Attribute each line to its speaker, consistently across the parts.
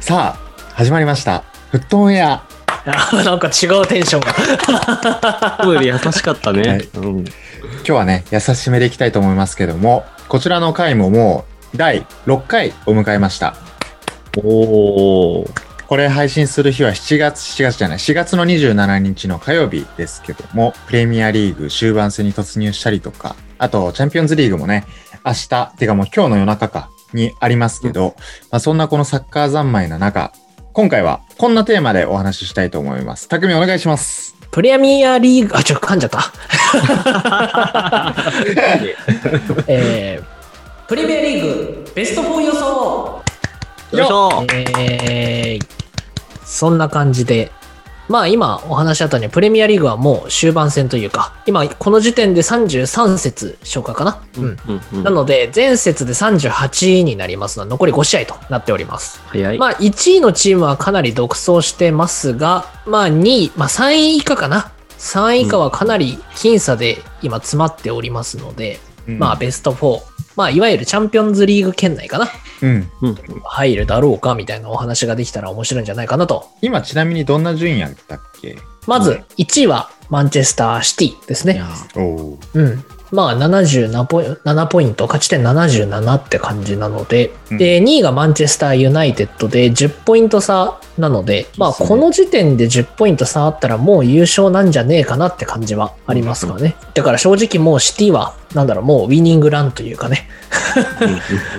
Speaker 1: さあ、始まりました。フットオンエア。
Speaker 2: あ なんか違うテンションが。
Speaker 3: そうより優しかったね。
Speaker 1: はい
Speaker 3: うん。
Speaker 1: 今日はね、優しめでいきたいと思いますけども、こちらの回ももう第6回を迎えました。
Speaker 3: おー。
Speaker 1: これ配信する日は7月、7月じゃない、4月の27日の火曜日ですけども、プレミアリーグ終盤戦に突入したりとか、あと、チャンピオンズリーグもね、明日、てかもう今日の夜中か、にありますけど、まあ、そんなこのサッカー三昧な中、今回はこんなテーマでお話ししたいと思います。匠お願いします。
Speaker 2: プレミアリーグ、あ、ちょ、噛んじゃった。 えー、プレミアリーグ、ベスト4予想
Speaker 3: よいしょ
Speaker 2: えー、そんな感じで。まあ今お話しあったようにプレミアリーグはもう終盤戦というか、今この時点で33節消化かな。うん。
Speaker 3: うん
Speaker 2: なので、前節で38になりますので、残り5試合となっております。
Speaker 3: 早い。
Speaker 2: まあ、1位のチームはかなり独走してますが、まあ、2位、まあ、3位以下かな。3位以下はかなり僅差で今詰まっておりますので、まあ、ベスト4。まあ、いわゆるチャンピオンズリーグ圏内かな。
Speaker 1: うん。
Speaker 3: うん
Speaker 2: 入るだろうか、みたいなお話ができたら面白いんじゃないかなと。
Speaker 1: 今ちなみにどんな順位やったっけ
Speaker 2: まず、1位はマンチェスターシティです
Speaker 3: い
Speaker 2: ね
Speaker 3: や。
Speaker 1: おー
Speaker 2: うん。まあ、77ポイ7ポイント、勝ち点77って感じなので、
Speaker 1: うん
Speaker 2: で、2位がマンチェスターユナイテッドで10ポイント差なので、まあ、
Speaker 3: そうです
Speaker 2: こ
Speaker 3: ね
Speaker 2: の時点で10ポイント差あったらもう優勝なんじゃねえかなって感じはありますからね。だから正直もうシティは、なんだろう、もうウィニングランというかね、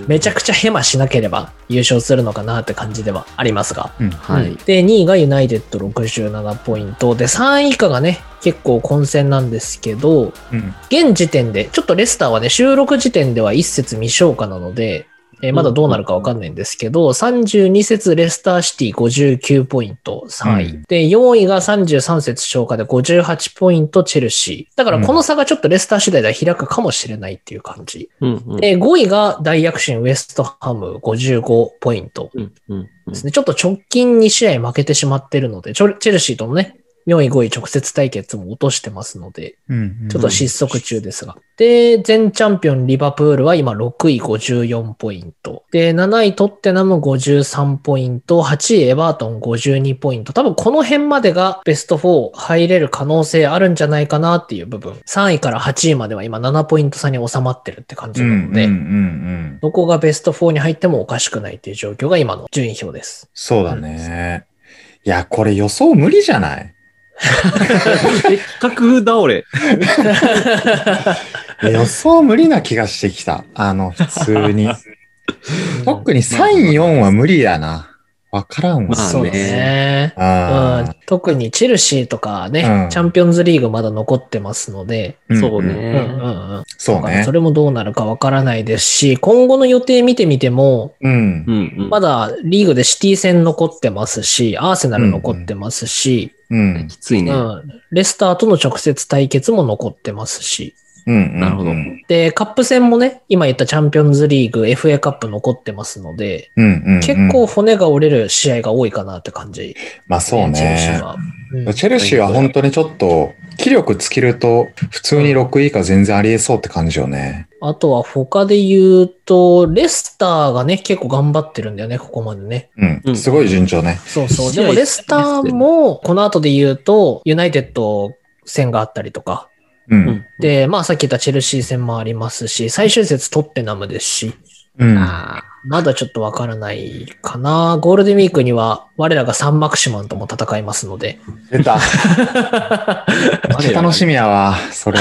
Speaker 2: めちゃくちゃヘマしなければ優勝するのかなって感じではありますが。
Speaker 1: うん。
Speaker 3: は
Speaker 2: うん
Speaker 3: い。
Speaker 2: で、2位がユナイテッド67ポイント。で、3位以下がね、結構混戦なんですけど、
Speaker 1: うん。
Speaker 2: 現時点で、ちょっとレスターはね、収録時点では1節未消化なので、えーまだどうなるかわかんないんですけど、32節レスターシティ59ポイント3位。
Speaker 1: うん
Speaker 2: で、4位が33節消化で58ポイントチェルシー。だからこの差がちょっとレスター次第では開くかもしれないっていう感じ。
Speaker 3: うんうん
Speaker 2: で、5位が大躍進ウエストハム55ポイント。
Speaker 3: うんうんうん
Speaker 2: ですね。ちょっと直近2試合負けてしまってるので、チョチェルシーとのね、4位5位直接対決も落としてますので、
Speaker 1: うん。
Speaker 2: ちょっと失速中ですが。で、前チャンピオンリバプールは今6位54ポイント。で、7位トッテナム53ポイント、8位エバートン52ポイント。多分この辺までがベスト4入れる可能性あるんじゃないかなっていう部分。3位から8位までは今7ポイント差に収まってるって感じ
Speaker 1: う
Speaker 2: な
Speaker 1: う
Speaker 2: んの
Speaker 1: んうんう
Speaker 2: で、
Speaker 1: ん。
Speaker 2: どこがベスト4に入ってもおかしくないっていう状況が今の順位表です。
Speaker 1: そうだね。いや、これ予想無理じゃない
Speaker 3: せっかく倒れ。
Speaker 1: いや予想無理な気がしてきた。あの、普通に。特に3、4は無理やな。わからんわ。
Speaker 3: まあ
Speaker 2: そうね。う
Speaker 1: あ
Speaker 2: ん、特にチェルシーとかね、
Speaker 1: うん
Speaker 2: チャンピオンズリーグまだ残ってますので、
Speaker 1: ーん
Speaker 3: そう。
Speaker 2: うんうん
Speaker 3: ね。
Speaker 2: うん
Speaker 1: そう
Speaker 2: まあ
Speaker 1: ね
Speaker 2: そ。れもどうなるかわからないですし、今後の予定見てみても、
Speaker 1: うん
Speaker 3: う。んうん。
Speaker 2: まだリーグでシティ戦残ってますし、アーセナル残ってますし、
Speaker 1: うん。
Speaker 3: きついうね。
Speaker 2: んレスターとの直接対決も残ってますし、
Speaker 1: うん。
Speaker 3: なるほど
Speaker 1: うん。
Speaker 2: で、カップ戦もね、今言ったチャンピオンズリーグ、FA カップ残ってますので、
Speaker 1: うんうん。
Speaker 2: 結構。骨が折れる試合が多いかなって感じ。
Speaker 1: まあそう
Speaker 2: チェルシ
Speaker 1: ね
Speaker 2: ー。はうん
Speaker 1: チェルシーは本当にちょっと、気力尽きると、普通に6位以下全然ありえそうって感じよね。
Speaker 2: あとは他で言うと、レスターがね、結構頑張ってるんだよね、ここまでね。
Speaker 1: う。
Speaker 3: うんん
Speaker 1: すごい順調ね。
Speaker 2: そうそう。
Speaker 3: 一
Speaker 2: で
Speaker 3: 試合
Speaker 2: もレスターも、この後で言うと、ユナイテッド戦があったりとか、
Speaker 1: う。
Speaker 3: うんん。
Speaker 2: で、まあさっき言ったチェルシー戦もありますし、最終節トッテナムですし、
Speaker 1: うん。
Speaker 3: あ
Speaker 2: まだちょっとわからないかな。ゴールデンウィークには、我らがサンマクシマンとも戦いますの で、
Speaker 1: 出た。めっちゃ楽しみやわ、それ。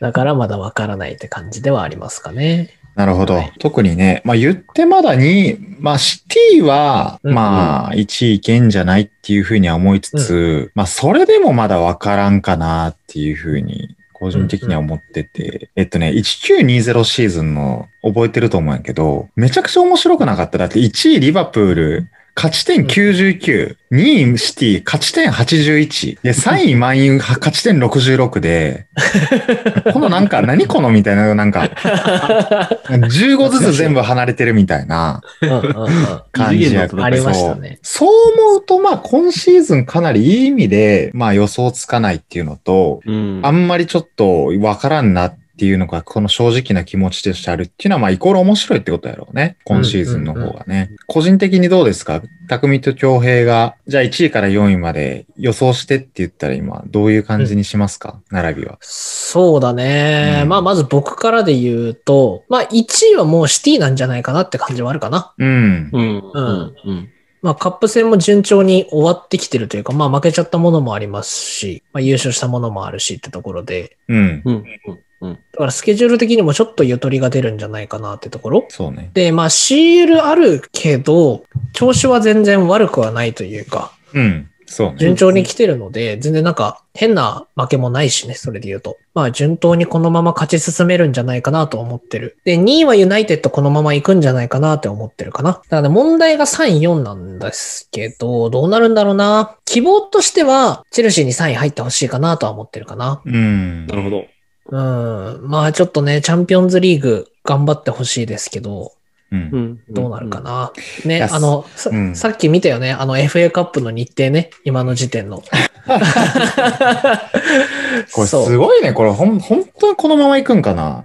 Speaker 2: だからまだわからないって感じではありますかね。
Speaker 1: なるほど。特にね、まあ言ってまだに、まあシティは、
Speaker 2: うんうん
Speaker 1: まあ1位いけんじゃないっていうふうには思いつつ、まあそれでもまだわからんかなっていうふうに、個人的には思ってて、えっとね、1920シーズンの覚えてると思うんやけど、めちゃくちゃ面白くなかった。だって1位リバプール、勝ち点99、2位シティ、勝ち点81、で、3位マイン、勝ち点66で、 このなんか、何このみたいな、なんか、15ずつ 全部離れてるみたいな
Speaker 2: うんうんうん。
Speaker 1: 感じや
Speaker 3: 異次元の戦い
Speaker 2: ありましたね
Speaker 1: そうそう思うと、まあ今シーズンかなりいい意味で、まあ予想つかないっていうのと、
Speaker 3: うん
Speaker 1: あんまりちょっとわからんなっっていうのが、この正直な気持ちでしてあるっていうのは、まあ、イコール面白いってことやろうね。今シーズンの方がね。個人的にどうですか匠と京平が、じゃあ1位から4位まで予想してって言ったら今、どういう感じにしますか、並びは。
Speaker 2: そうだね。
Speaker 1: うん
Speaker 2: まあ、まず僕からで言うと、まあ、1位はもうシティなんじゃないかなって感じはあるかな。
Speaker 1: うん。
Speaker 3: うん。
Speaker 2: うん
Speaker 3: うん。
Speaker 2: まあ、カップ戦も順調に終わってきてるというか、まあ、負けちゃったものもありますし、まあ、優勝したものもあるしってところで、
Speaker 1: うん。
Speaker 3: うん。うん。
Speaker 2: だからスケジュール的にもちょっとゆとりが出るんじゃないかなってところ。
Speaker 1: そうね。
Speaker 2: で、まあ CL あるけど、調子は全然悪くはないというか、
Speaker 1: うん。そうね。
Speaker 2: 順調に来てるので、全然なんか変な負けもないしね、それで言うと。まあ順当にこのまま勝ち進めるんじゃないかなと思ってる。で、2位はユナイテッドこのまま行くんじゃないかなって思ってるかな。ただね、問題が3位、4なんですけど、どうなるんだろうな。希望としては、チェルシーに3位入ってほしいかなとは思ってるかな。
Speaker 1: うん
Speaker 3: な。るほど。
Speaker 2: うん。まあちょっとね、チャンピオンズリーグ頑張ってほしいですけど、
Speaker 1: うん
Speaker 3: ん。
Speaker 2: どうなるか。な。
Speaker 1: い
Speaker 2: ね、
Speaker 1: や
Speaker 2: あの、さ
Speaker 1: うん
Speaker 2: さっき見たよね、あの FA カップの日程ね、今の時点の。
Speaker 1: これ
Speaker 2: そ
Speaker 1: すごいね。これほん、本当にこのまま行くんかな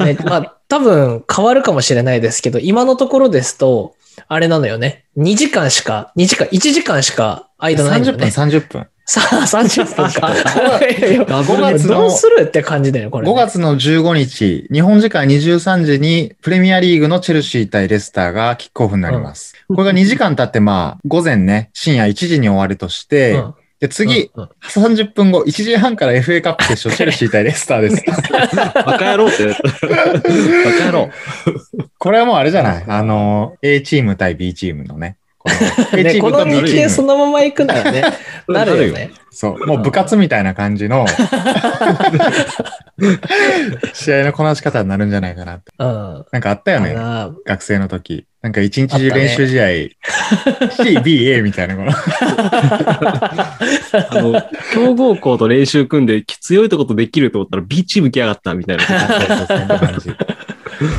Speaker 2: う。ね、まあ、多分変わるかもしれないですけど、今のところですと、あれなのよね、2時間しか、2時間、1時間しか間ないのよ
Speaker 1: ?30 分、
Speaker 2: ね。
Speaker 1: 30分。
Speaker 2: さあ、30分 か。
Speaker 1: 5月の
Speaker 2: どうするって感じだよね、これ、ね。
Speaker 1: 5月の15日、日本時間23時にプレミアリーグのチェルシー対レスターがキックオフになります。これが2時間経って、まあ、午前ね、深夜1時に終わるとして、
Speaker 2: うん
Speaker 1: で、次、
Speaker 2: うんうん
Speaker 1: 30分後、1時半から FA カップ決 勝、チェルシー対レスターです。
Speaker 3: バカ野郎って。バ カ野郎。
Speaker 1: これはもうあれじゃないあの、A チーム対 B チームのね。こ の A チ
Speaker 2: ね、
Speaker 1: ー
Speaker 2: こ
Speaker 1: ムと
Speaker 2: の
Speaker 1: B
Speaker 2: 日
Speaker 1: チ
Speaker 2: 程
Speaker 1: ー
Speaker 2: そ
Speaker 1: ム。
Speaker 2: のまま行くな らね、なるよ
Speaker 3: なる
Speaker 2: ね。
Speaker 1: そう、もう部活みたいな感じの試合のこなし方になるんじゃないかなって。
Speaker 2: うん。
Speaker 1: なんかあったよね
Speaker 2: か。な
Speaker 1: 学生の時。なんか一日中練習試合、C、B、A みたいなこの。
Speaker 3: あの、強豪校と練習組んで強いとことできると思ったら B チーム来やがったみ たいな。
Speaker 1: そんな感じ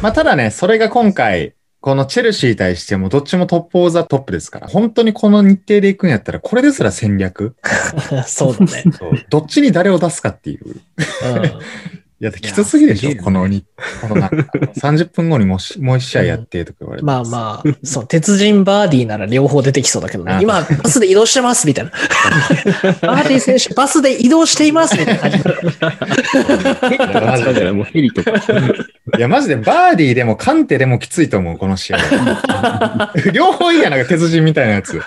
Speaker 1: まあただね、それが今回、このチェルシーに対してもどっちもトップオーザトップですから、本当にこの日程で行くんやったら、これですら戦略。
Speaker 2: そうだね。
Speaker 1: どっちに誰を出すかっていう。
Speaker 2: うん。
Speaker 1: いや、きつすぎでし
Speaker 3: い
Speaker 1: ょ、
Speaker 3: やすげえね
Speaker 1: このに、このなんか、30分後にもうしもう一試合やってとか言われて。
Speaker 2: まあまあ、そう、鉄人バーディーなら両方出てきそうだけどね
Speaker 1: あ。
Speaker 2: 今、バスで移動してます、みたいな。バーディー選手、バスで移動しています、みたいな感じになるから。
Speaker 3: ヘリとか使うじゃないもうヘリとか。
Speaker 1: いや、マジでバーディーでもカンテでもきついと思う、この 試合。両方いいやん、なんか鉄人みたいなやつ。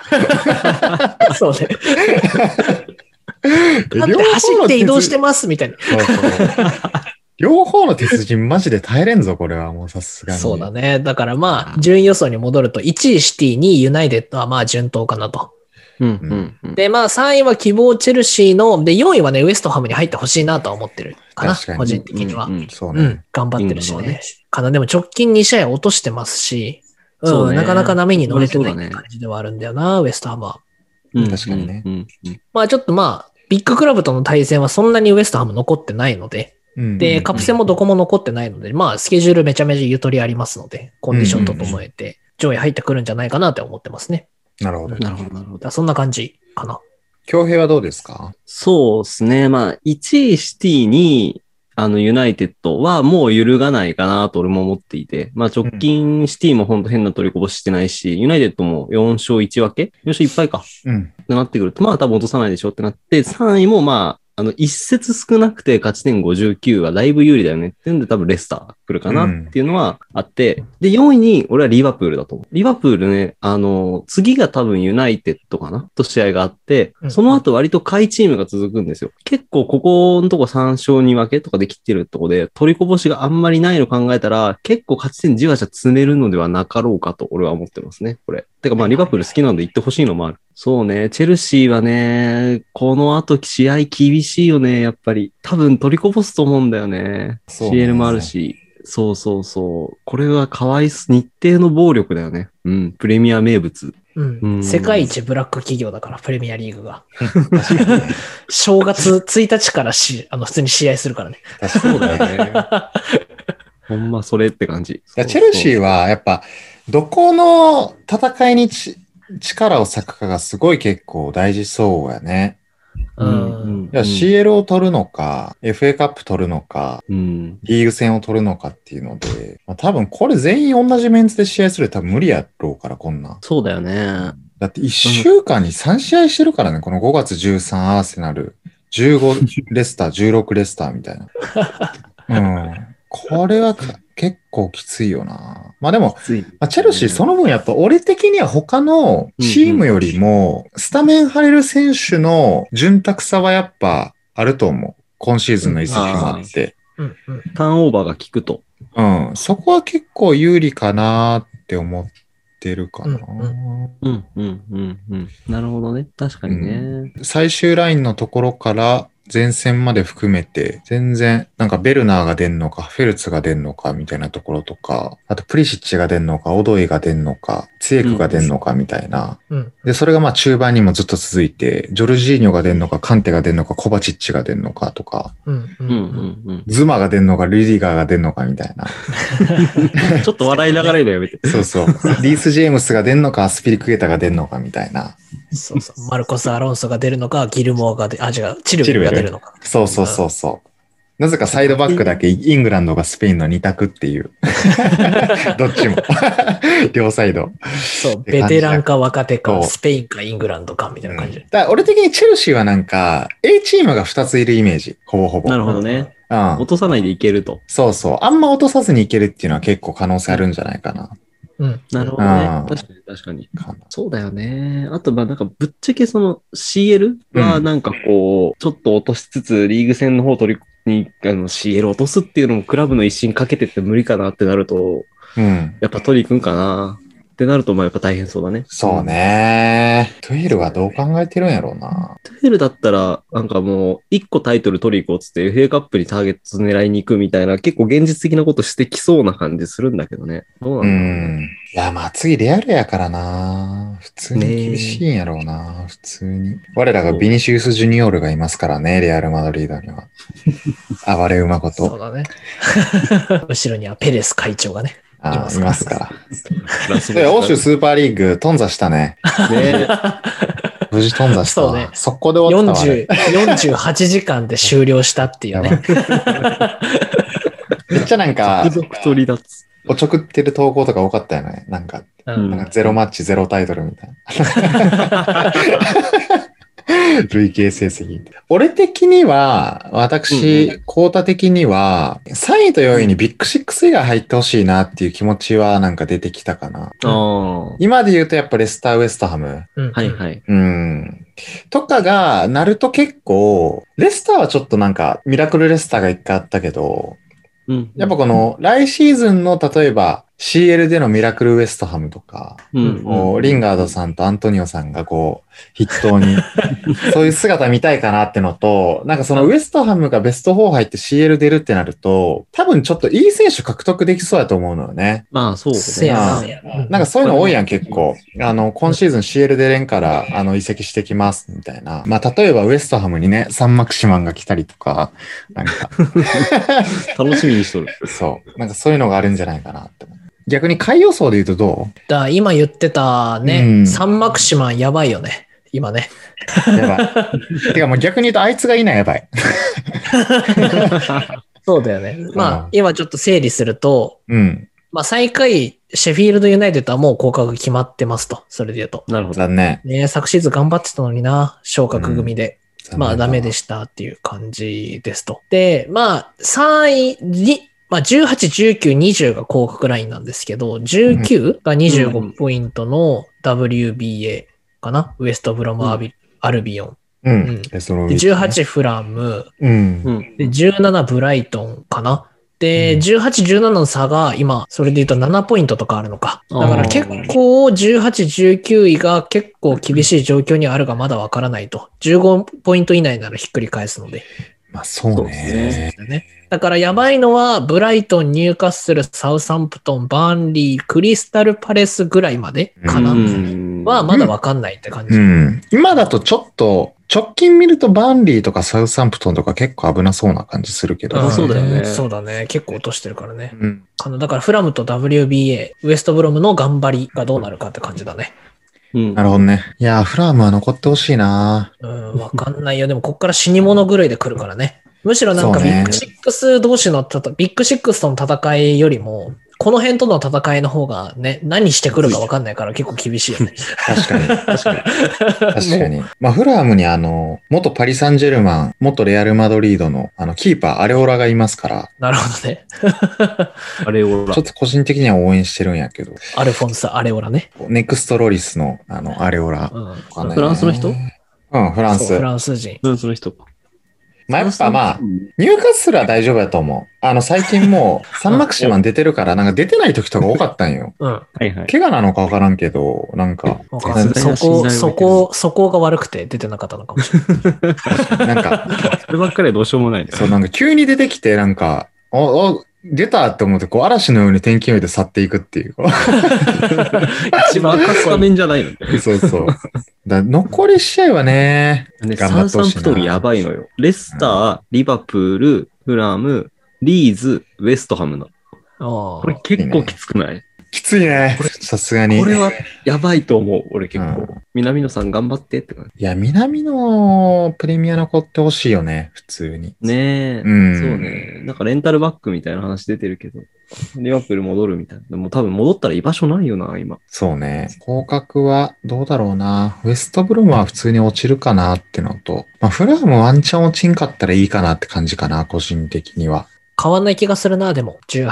Speaker 2: そうね。だっ
Speaker 1: 両
Speaker 2: て
Speaker 1: 方の
Speaker 2: 走って移動して
Speaker 1: 鉄
Speaker 2: ます、みたいな。
Speaker 1: そうそう両方の鉄人マジで耐えれんぞ、これはもうさすがに。
Speaker 2: そうだね。だからまあ、順位予想に戻ると、1位シティ、2位ユナイテッドはまあ順当かなと。
Speaker 3: うんうんうん。
Speaker 2: で、まあ3位は希望チェルシーの、で、4位はね、ウエストハムに入ってほしいなとは思ってるかな、
Speaker 1: 確かに
Speaker 2: 個人的には。
Speaker 3: うんうん
Speaker 1: そう
Speaker 2: う
Speaker 1: ね
Speaker 2: ん。、頑張ってるし
Speaker 3: イングランドは
Speaker 2: ね
Speaker 3: ね。
Speaker 2: かな、でも直近2試合落としてますし、うん
Speaker 3: そうね
Speaker 2: なかなか波に乗れてない
Speaker 3: そうだね
Speaker 2: って感じではあるんだよな、ウエストハムは。
Speaker 3: うん
Speaker 1: 確かにね
Speaker 3: うんうん
Speaker 2: まあちょっとまあ、ビッグクラブとの対戦はそんなにウエストハム残ってないので、
Speaker 1: うん
Speaker 2: で、
Speaker 1: うん
Speaker 2: カップ戦もどこも残ってないので、まあスケジュールめちゃめちゃゆとりありますので、コンディション整えて、上位入ってくるんじゃないかなって思ってますね。
Speaker 1: なるほど。
Speaker 3: なるほど、なる
Speaker 2: だ
Speaker 3: ほど
Speaker 2: から。そんな感じかな。
Speaker 1: 京平はどうですか
Speaker 3: そうですね。まあ、1位シティに、あの、ユナイテッドはもう揺るがないかなと俺も思っていて、まあ、直近シティもほんと変な取りこぼししてないし、ユナイテッドも4勝1分け ?4 勝1敗か。
Speaker 1: うん。
Speaker 3: ってなってくると、まあ多分落とさないでしょってなって、3位もまあ、あの、一節少なくて勝ち点59はだいぶ有利だよねっていうんで多分レスター来るかなっていうのはあって、で、4位に俺はリバプールだと思う。リバプールね、あの、次が多分ユナイテッドかなと試合があって
Speaker 2: う、ん
Speaker 3: その後割と下位チームが続くんですよ。結構ここのとこ3勝2分けとかできてるとこで、取りこぼしがあんまりないの考えたら、結構勝ち点じわじわ詰めるのではなかろうかと俺は思ってますね、これ。てかまあリバプール好きなんで行ってほしいのもある。そうね、チェルシーはね、この後試合厳しいよね、やっぱり。多分取りこぼすと思うんだよね。
Speaker 1: そうね
Speaker 3: CL もあるし。そうそうそう。これはかわいす、日程の暴力だよね。うん、プレミア名物。
Speaker 2: うん。
Speaker 3: うん
Speaker 2: 世界一ブラック企業だから、プレミアリーグが。正月1日からし、あの、普通に試合するからね。
Speaker 1: 確かにね。
Speaker 3: ほんまそれって感じ。
Speaker 1: いやチェルシー
Speaker 3: は
Speaker 1: はやっぱ、どこの戦いにち力を割くかがすごい結構大事そうやね。
Speaker 2: うん。
Speaker 3: うん
Speaker 1: じゃあ CL を取るのか、FA カップ取るのか、
Speaker 3: うん。
Speaker 1: リーグ戦を取るのかっていうので、まあ、多分これ全員同じメンツで試合する多分無理やろうから、こんなん。
Speaker 3: そうだよね。
Speaker 1: だって1週間に3試合してるからね、この5月13アーセナル、15レスター、16レスターみたいな。うん。これはか結構きついよな。まあでも、
Speaker 3: つい。
Speaker 1: まあチェルシー、その分やっぱ俺的には他のチームよりも、スタメン張れる選手の潤沢さはやっぱあると思う。今シーズンの移籍もあって。
Speaker 2: うんうん
Speaker 3: ターンオーバーが効くと。
Speaker 1: うん。そこは結構有利かなって思ってるかな。
Speaker 3: うん、うん、うん、うん。なるほどね。確かにね。
Speaker 1: 最終ラインのところから前線まで含めて、全然、なんかベルナーが出んのか、フェルツが出んのか、みたいなところとか、あとプリシッチが出んのか、オドイが出んのか、ツエクが出んのか、みたいな。
Speaker 2: うん。
Speaker 1: で、それがまあ中盤にもずっと続いて、ジョルジーニョが出んのか、カンテが出んのか、コバチッチが出んのかとか、
Speaker 2: うん。う
Speaker 3: うんん、うん、うん。
Speaker 1: ズマが出んのか、ルディガーが出んのか、みた いな。
Speaker 3: ちょっと笑いながら言うのやめ て。
Speaker 1: そうそう。リース・ジェームスが出んのか、アスピリクエタが出んのか、みたいな。
Speaker 2: そうそう。マルコス・アロンソが出るのか、ギルモアが出、あ、違う、チルベルが出るのか。
Speaker 1: そうそうそうそう。なぜかサイドバックだけイングランドがスペインの2択って いう。どっちも。両サイド。
Speaker 2: そう、
Speaker 1: て感じ
Speaker 2: ベ
Speaker 1: だ
Speaker 2: テランか若手
Speaker 1: そ
Speaker 2: か、
Speaker 1: う
Speaker 2: スペインかイングランドか、みたいな
Speaker 1: だ
Speaker 2: 感じ。
Speaker 1: から俺的にチェルシーはなんか、A チームが2ついるイメージ。ほぼほぼ。
Speaker 3: なるほどね。
Speaker 1: うん
Speaker 3: 落とさないでいけると。
Speaker 1: そうそう。あんま落とさずにいけるっていうのは結構可能性あるんじゃないかな。
Speaker 2: うん。
Speaker 3: なるほど
Speaker 1: あ
Speaker 3: ね
Speaker 1: ー。
Speaker 3: 確かに、確かに。
Speaker 1: かな
Speaker 3: そうだよね。あと、まあなんか、ぶっちゃけその CL はなんかこう、ちょっと落としつつ、リーグ戦の方取りに、あの CL 落とすっていうのもクラブの一新かけてって無理かなってなると、
Speaker 1: うん。
Speaker 3: やっぱ取りに行くんかなってなると、まあやっぱ大変そうだね。
Speaker 1: そう。ね。トゥエルはどう考えてるんやろうな。
Speaker 3: トゥエルだったら、なんかもう、一個タイトル取りに行こうっつって、FA カップにターゲット狙いに行くみたいな、結構現実的なことしてきそうな感じするんだけどね。どう
Speaker 1: う
Speaker 3: なんだろうね
Speaker 1: ん。いや、まあ次レアルやからな。普通に厳しいんやろうな。普通に。我らがビニシウス・ジュニオールがいますからね、レアル・マドリードに は。暴れ馬こ
Speaker 2: そう
Speaker 1: と。
Speaker 2: だね。 後ろにはペレス会長がね。
Speaker 1: あーい
Speaker 2: い
Speaker 1: ま
Speaker 2: ますす
Speaker 1: か。
Speaker 2: から
Speaker 3: ラスボス
Speaker 1: そうや欧州スーパーリーグ、頓挫したね。
Speaker 3: ね。
Speaker 1: 無事頓挫したわ。
Speaker 2: そうね
Speaker 1: 速攻で終わったわあれ
Speaker 2: 40 48時間で終了したっていう
Speaker 1: やば
Speaker 2: ね。
Speaker 1: い。めっちゃなんか
Speaker 3: 続、々と離脱。
Speaker 1: おちょくってる投稿とか多かったよね。なんか、
Speaker 2: う
Speaker 3: うん
Speaker 2: ん
Speaker 1: なんかゼロマッチ、ゼロタイトルみたいな。累計成績。俺的には、
Speaker 3: うん
Speaker 1: 私、コータ的には、3位と4位にビッグシックス以外入ってほしいなっていう気持ちはなんか出てきたかな。
Speaker 3: ああ。は
Speaker 1: 今で言うとやっぱレスター・ウエストハム。
Speaker 2: うん
Speaker 3: いはい。
Speaker 1: うん。とかが、なると結構、レスターはちょっとなんか、ミラクルレスターが一回あったけど、
Speaker 3: うん。
Speaker 1: やっぱこの、来シーズンの例えば、CL でのミラクルウエストハムとか、
Speaker 3: うん
Speaker 1: こうリンガードさんとアントニオさんがこう、筆頭に、 そういう姿見たいかなってのと、なんかそのウエストハムがベスト4入って CL 出るってなると、多分ちょっといい選手獲得できそうやと思うのよね。
Speaker 3: まあそう
Speaker 2: せ
Speaker 3: ね。
Speaker 2: や
Speaker 1: あ
Speaker 2: な
Speaker 1: ー
Speaker 2: せやな。
Speaker 1: なんかそういうの多いやん、結構。あの、今シーズン CL 出れんから、あの、移籍してきます、みたいな。まあ、例えばウエストハムにね、サンマクシマンが来たりとか、なんか、
Speaker 3: 楽しみにしとる。
Speaker 1: そう。なんかそういうのがあるんじゃないかなって思う。逆に下位予想で言うとど
Speaker 2: だから今言ってた
Speaker 1: う
Speaker 2: ね、
Speaker 1: ん
Speaker 2: サンマクシマンやばいよね。今ね。
Speaker 1: うやばい。てかもう逆に言うとあいつがいないやばい。
Speaker 2: そうだよね。ま
Speaker 1: うん
Speaker 2: あ、今ちょっと整理すると、
Speaker 1: うん。
Speaker 2: まあ、最下位、シェフィールドユナイテッドはもう降格決まってますと。それで言うと。
Speaker 3: なるほど。
Speaker 1: 残念。
Speaker 2: ね昨シーズン頑張ってたのにな、昇格組で。まあダメで
Speaker 1: し
Speaker 2: したっていう感じですと。で、まあ3位に、まあ18、19、20が広角ラインなんですけど、19が25ポイントの WBA かな、ウエストブロムアビ、アルビオン。
Speaker 1: た。う
Speaker 2: うんん。
Speaker 1: でその
Speaker 2: で18フラム、
Speaker 1: うん
Speaker 3: う。
Speaker 2: で
Speaker 3: ん。
Speaker 2: 17ブライトンかな。
Speaker 1: う
Speaker 2: で、
Speaker 1: ん
Speaker 2: 18、17の差が今、それで言うと7ポイントとかあるのか。だから結構、18、19位が結構厳しい状況にあるがまだわからないと。15ポイント以内ならひっくり返すので。
Speaker 1: まあそうね。
Speaker 2: ね。だからやばいのは、ブライトン、ニューカッスル、サウサンプトン、バーンリー、クリスタルパレスぐらいまでかな、
Speaker 3: うん
Speaker 2: はまだわかんないって感じ。
Speaker 1: うん。今だとちょっと、直近見るとバーンリーとかサウサンプトンとか結構危なそうな感じするけど。
Speaker 3: んそうだよね
Speaker 2: そうだね。結構落としてるからね。
Speaker 1: うん。
Speaker 2: あの、だからフラムと WBA、ウエストブロムの頑張りがどうなるかって感じだね。
Speaker 3: うん
Speaker 1: な。るほどね。いやー、フラームは残ってほしいな
Speaker 2: うん、わかんないよ。でも、こっから死に物狂いで来るからね。むしろなんか、
Speaker 1: そう
Speaker 2: ビ
Speaker 1: ね
Speaker 2: ッグシックス同士のたた、ビッグシックスとの戦いよりも、この辺との戦いの方がね、何してくるかわかんないから結構厳しいよ ね。
Speaker 1: 確かに。確かに。確かに。まあ、フラームにあの、元パリ・サンジェルマン、元レアル・マドリードの、あの、キーパー、アレオラがいますから、
Speaker 2: なるほどね。
Speaker 3: あれをら
Speaker 1: ちょっ。と個人的には応援してるんやけど、
Speaker 2: アルフォンス・アレオラね。
Speaker 1: ネクストロリスの、あの、アレオラ。
Speaker 2: うん。
Speaker 1: わかんないね
Speaker 3: フランスの人
Speaker 1: うん、フラン
Speaker 2: そう
Speaker 1: ス
Speaker 2: フ。ランス人。
Speaker 3: うん、その人か。
Speaker 1: まあ、やっぱまあ
Speaker 3: う、ん
Speaker 1: ニューカッスルは大丈夫やと思う。あの、最近もう、サンマクシマン出てるから、なんか出てない時とか多かったん よ。
Speaker 2: うん。
Speaker 3: はいはい。
Speaker 1: 怪我なのかわからんけど、なんか、
Speaker 2: わかんない
Speaker 3: 絶対
Speaker 2: そこ、
Speaker 3: な信頼を得てる
Speaker 2: そこ、そこが悪くて出てなかったのかもしれない。
Speaker 1: なんか、
Speaker 3: そればっかりはどうしようもないね。
Speaker 1: そう、なんか急に出てきて、なんか、お、お、出たって思って、こう、嵐のように天気予報で去っていくっていう。
Speaker 3: 一番赤スタメンじゃないのね。
Speaker 1: そうそう。だ残り試合はね、
Speaker 3: ね、
Speaker 1: 頑
Speaker 3: 三
Speaker 1: 張ってほ
Speaker 3: 々
Speaker 1: しいな
Speaker 3: 太りやばいのよ。レスター、リバプール、フラム、リーズ、ウェストハムなの。
Speaker 2: あ
Speaker 3: これ結構きつくない
Speaker 1: きついね
Speaker 3: これ。
Speaker 1: さすがに。
Speaker 3: これはやばいと思う、俺結構。
Speaker 1: う
Speaker 3: 南野さん頑張ってって感
Speaker 1: いや、南のプレミア残ってほしいよね、普通に。
Speaker 3: じ。ねえ。
Speaker 1: うん
Speaker 3: そうね。なんかレンタルバックみたいな話出てるけど、リバプール戻るみたいな。でも多分戻ったら居場所ないよな、今。
Speaker 1: そうね。降格はどうだろうな。ウェストブルームは普通に落ちるかなってのと、まあ、フラーもワンチャン落ちんかったらいいかなって感じかな、個人的には。
Speaker 2: 変わんない気がするな、でも。18、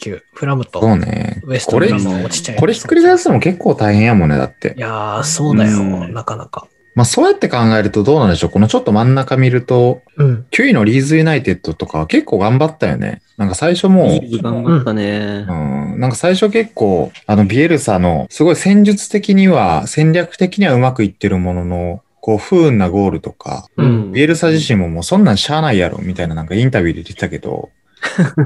Speaker 2: 19。フラムと
Speaker 1: そうね。
Speaker 2: ウエスト
Speaker 1: こ
Speaker 2: ブ
Speaker 1: れ
Speaker 2: ラ、ムは落ちちゃいます
Speaker 1: これひっくり返すのも結構大変やもんね、だって
Speaker 2: い。やー、そうだよ、
Speaker 3: うん
Speaker 2: なかなか。
Speaker 1: まあ、そうやって考えるとどうなんでしょう。このちょっと真ん中見ると、
Speaker 2: うん。
Speaker 1: 9位のリーズユナイテッドとかは結構頑張ったよね。なんか最初もう、
Speaker 3: リーズ頑張ったね
Speaker 1: う。ん、なんか最初結構、あの、ビエルサの、すごい戦術的には、戦略的にはうまくいってるものの、こう、不運なゴールとか、
Speaker 2: うん
Speaker 1: ビエルサ自身ももうそんなんしゃあないやろ、みたいななんかインタビューで言ってたけど、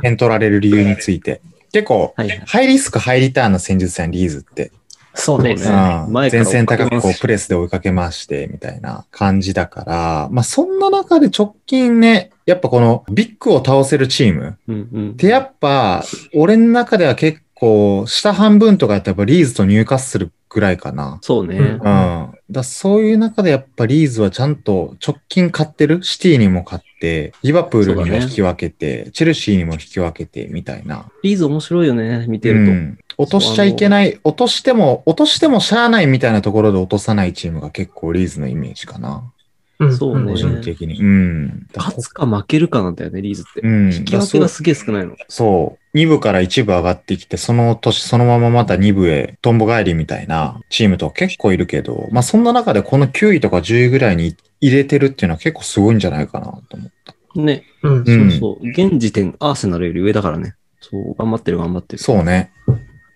Speaker 1: 点取られる理由について。結構、
Speaker 3: はいはい。
Speaker 1: ハイリスク、ハイリターンの戦術やん、リーズって。
Speaker 2: そうね。
Speaker 3: そうね
Speaker 1: ん
Speaker 3: 前から
Speaker 1: 前線高
Speaker 3: 追
Speaker 1: く
Speaker 3: っかけ
Speaker 1: こ
Speaker 3: ま
Speaker 1: う
Speaker 3: す
Speaker 1: プレスで追いかけまして、みたいな感じだから、まあそんな中で直近ね、やっぱこのビッグを倒せるチーム
Speaker 3: うんうん。
Speaker 1: ってやっぱ、俺の中では結構、下半分とかやったらやっぱリーズと入荷するぐらいかな。
Speaker 3: そうね。
Speaker 2: うん
Speaker 1: うん。だそういう中でやっぱリーズはちゃんと直近買ってるシティにも買って、リバプールにも引き分けて、チェルシーにも引き分けて、みたいな。
Speaker 3: リーズ面白いよね、見てると。
Speaker 1: うん落としちゃいけない、落としても、落としてもしゃあないみたいなところで落とさないチームが結構リーズのイメージかな。
Speaker 2: うん
Speaker 3: そうね
Speaker 1: 個
Speaker 2: ん
Speaker 1: 人的に。うん。だ
Speaker 3: 勝つか負けるかなんだよね、リーズって。
Speaker 1: うん。
Speaker 3: 引き分けがすげえ少ないの。
Speaker 1: そう。2部から1部上がってきて、その年そのまままた2部へトンボ帰りみたいなチームとか結構いるけど、まあそんな中でこの9位とか10位ぐらいに入れてるっていうのは結構すごいんじゃないかなと思う。
Speaker 3: ね、
Speaker 2: うん
Speaker 1: う
Speaker 3: そ
Speaker 1: ん
Speaker 3: うそう。現時点、アーセナルより上だからね。そう、頑張ってる頑張ってる。
Speaker 1: そうね。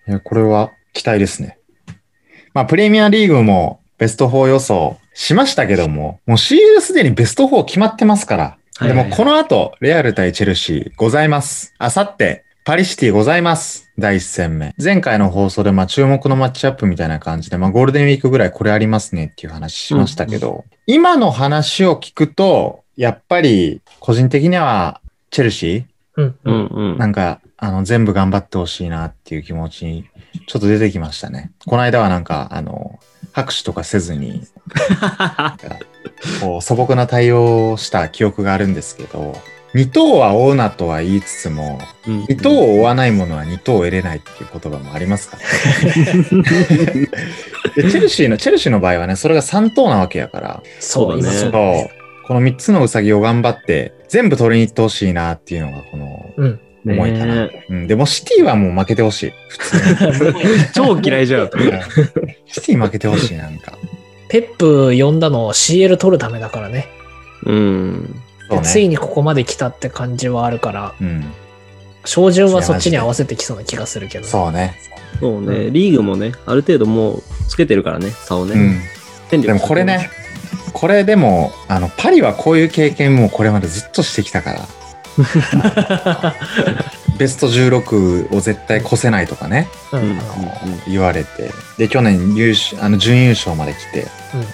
Speaker 1: いや、これは期待ですね。まあプレミアリーグもベスト4予想しましたけども、もう CL すでにベスト4決まってますから。
Speaker 3: はいはいはい
Speaker 1: でもこの後、レアル対チェルシーございます。あさって、パリシティございます。第1戦目。前回の放送で、まあ注目のマッチアップみたいな感じで、まあゴールデンウィークぐらいこれありますねっていう話しましたけど、今の話を聞くと、やっぱり個人的にはチェルシー
Speaker 2: うんう
Speaker 3: うんんうん。
Speaker 1: なんか、あの、全部頑張ってほしいなっていう気持ちに、ちょっと出てきましたね。この間はなんか、あの、拍手とかせずに、こう、素朴な対応をした記憶があるんですけど、二頭は追うなとは言いつつも、
Speaker 3: うん
Speaker 1: 二頭を追わないものは二頭を得れないっていう言葉もあります から、でチェルシーの、チェルシーの場合はね、それが三頭なわけやから、
Speaker 2: そう
Speaker 3: そうだね
Speaker 2: 今
Speaker 1: そうこの三つのウサギを頑張って、全部取りに行ってほしいなっていうのが、この、
Speaker 2: うん。
Speaker 1: 思いかな。
Speaker 3: ね
Speaker 1: うん、でもシティはもう負けてほしい。普通に。
Speaker 3: え超嫌い じゃん。
Speaker 1: シティ負けてほしい、なんか。
Speaker 2: ペップ呼んだのを CL 取るためだからね
Speaker 3: うん。
Speaker 1: そうね。
Speaker 2: ついにここまで来たって感じはあるから、
Speaker 1: うん。
Speaker 2: 照準はそっちに合わせてきそうな気がするけど。
Speaker 1: そうね。
Speaker 3: そう
Speaker 2: う
Speaker 3: ね。
Speaker 2: ん
Speaker 3: リーグもね、ある程度もうつけてるからね、差を
Speaker 1: う
Speaker 3: ね。
Speaker 1: ん。
Speaker 3: 戦力
Speaker 1: でもこれね。、これでも、あの、パリはこういう経験もこれまでずっとしてきたから。 ベスト16を絶対越せないとかね、
Speaker 2: うん。
Speaker 3: うん
Speaker 1: あの言われて。で、去年優勝、あの、準優勝まで来て。
Speaker 2: うん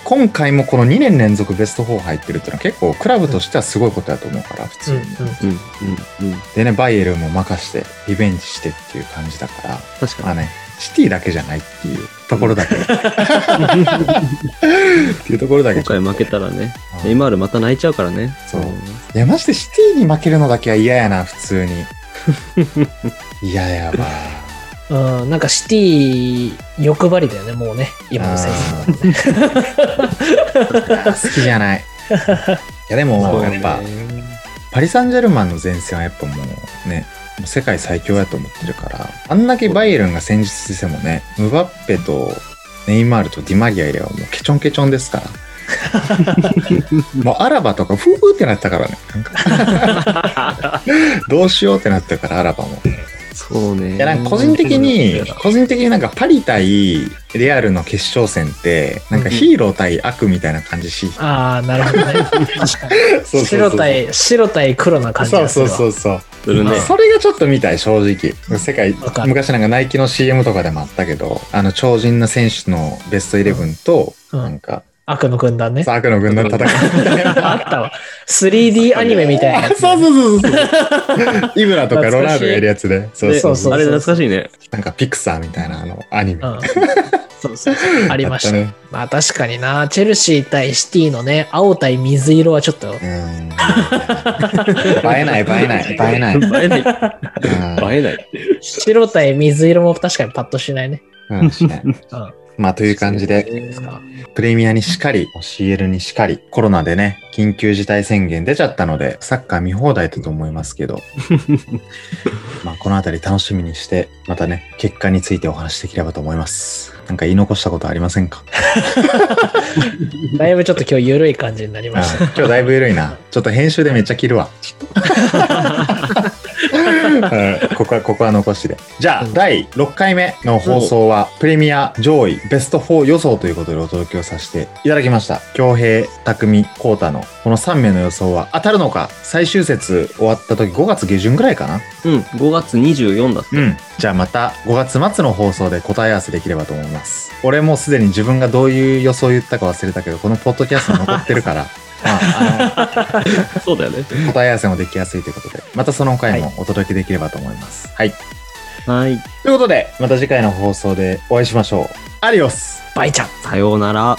Speaker 1: 今回もこの2年連続ベスト4入ってるっていうのは結構クラブとしてはすごいことだと思うから、普通
Speaker 2: うん
Speaker 1: に。
Speaker 2: うん
Speaker 3: うんうんうん。
Speaker 1: でね、バイエルンも任して、リベンジしてっていう感じだから、
Speaker 3: 確か
Speaker 1: まあ
Speaker 3: に。
Speaker 1: ね、シティだけじゃないっていうところだけ。っていうところだけ
Speaker 3: 今
Speaker 1: ちょっと。
Speaker 3: 回負けたらね、
Speaker 1: うん
Speaker 3: ネイマールまた泣いちゃうからね。
Speaker 1: そういや、ましてシティに負けるのだけは嫌やな、普通に。いややば。
Speaker 2: うん、なんかシティ欲張りだよね、もうね、今の選
Speaker 1: あーいや好きじゃない。いや、でも、
Speaker 3: そう
Speaker 1: やっぱ、
Speaker 3: ね
Speaker 1: パリ・サンジェルマンの前線はやっぱもうね、もう世界最強だと思ってるから、あんだけバイエルンが戦術してもね、ムバッペとネイマールとディマリアいればもうケチョンケチョン ですから。もうアラバとかフーってなったからね。なん かどうしようってなってるから、アラバも。
Speaker 3: そうね。
Speaker 1: いやなんか個人的に、個人的になんかパリ対レアルの決勝戦って、なんかヒーロー対悪みたいな感じし、
Speaker 2: 手。ああ、なるほどね。 確か
Speaker 1: そう
Speaker 2: に。
Speaker 1: そうそう
Speaker 2: 白対、白対黒な感じ
Speaker 1: そ
Speaker 2: が
Speaker 1: う
Speaker 2: する
Speaker 1: そう
Speaker 2: わ。
Speaker 1: そうそう。
Speaker 3: するね。
Speaker 1: それがちょっと見たい、正直。世界
Speaker 2: わか、る
Speaker 1: 昔なんかナイキの CM とかでもあったけど、あの超人の選手のベストイレブンと、
Speaker 2: うん
Speaker 1: なんか、
Speaker 2: 悪の軍団ね。
Speaker 1: サークの軍団戦うみたいな。
Speaker 2: あったわ。3D アニメみたいなやつ。
Speaker 1: そうそうそうそう。イブラとかロナウドがやるやつで。そう
Speaker 3: で
Speaker 1: そうそう。
Speaker 3: あれ懐かしいね。
Speaker 1: なんかピクサーみたいなあのアニメ。
Speaker 2: うん。そうそうそう。ありました。
Speaker 1: やっ
Speaker 2: まあ確かにな、チェルシー対シティのね、青対水色はちょっと、
Speaker 1: たね。うーん。映え ない、映えない、映えない。うん
Speaker 3: 映えない。映えない。
Speaker 2: 白対水色も確かにパッとしないね。
Speaker 1: うんしない
Speaker 2: うん
Speaker 1: まあ、という感じで、
Speaker 2: ですか。
Speaker 1: プレミアにしかり、CL にしかり、コロナでね、緊急事態宣言出ちゃったので、サッカー見放題だと思いますけど、まあ、このあたり楽しみにして、またね、結果についてお話しできればと思います。なんか言い残したことありませんか
Speaker 2: だいぶちょっと今日緩い感じになり
Speaker 1: あ
Speaker 2: ました。
Speaker 1: 今日だいぶ緩いな。ちょっと編集でめっちゃ切るわ。ちょっとうんここは、ここは残しで。じゃあ、
Speaker 2: うん
Speaker 1: 第6回目の放送は、プレミア上位ベスト4予想ということでお届けをさせていただきました。京平、匠、浩太のこの3名の予想は当たるのか、最終節終わった時5月下旬ぐらいかな
Speaker 3: うん、5月24だって。
Speaker 1: うん。じゃあまた5月末の放送で答え合わせできればと思います。俺もうすでに自分がどういう予想を言ったか忘れたけど、このポッドキャストに残ってるから、まあ、あの、
Speaker 3: そうだよね。
Speaker 1: 答え合わせもできやすいということで、またその回もお届けできればと思います。はい。
Speaker 3: はい。
Speaker 1: ということで、また次回の放送でお会いしましょう。アディオス
Speaker 2: バイちゃん。
Speaker 3: さようなら。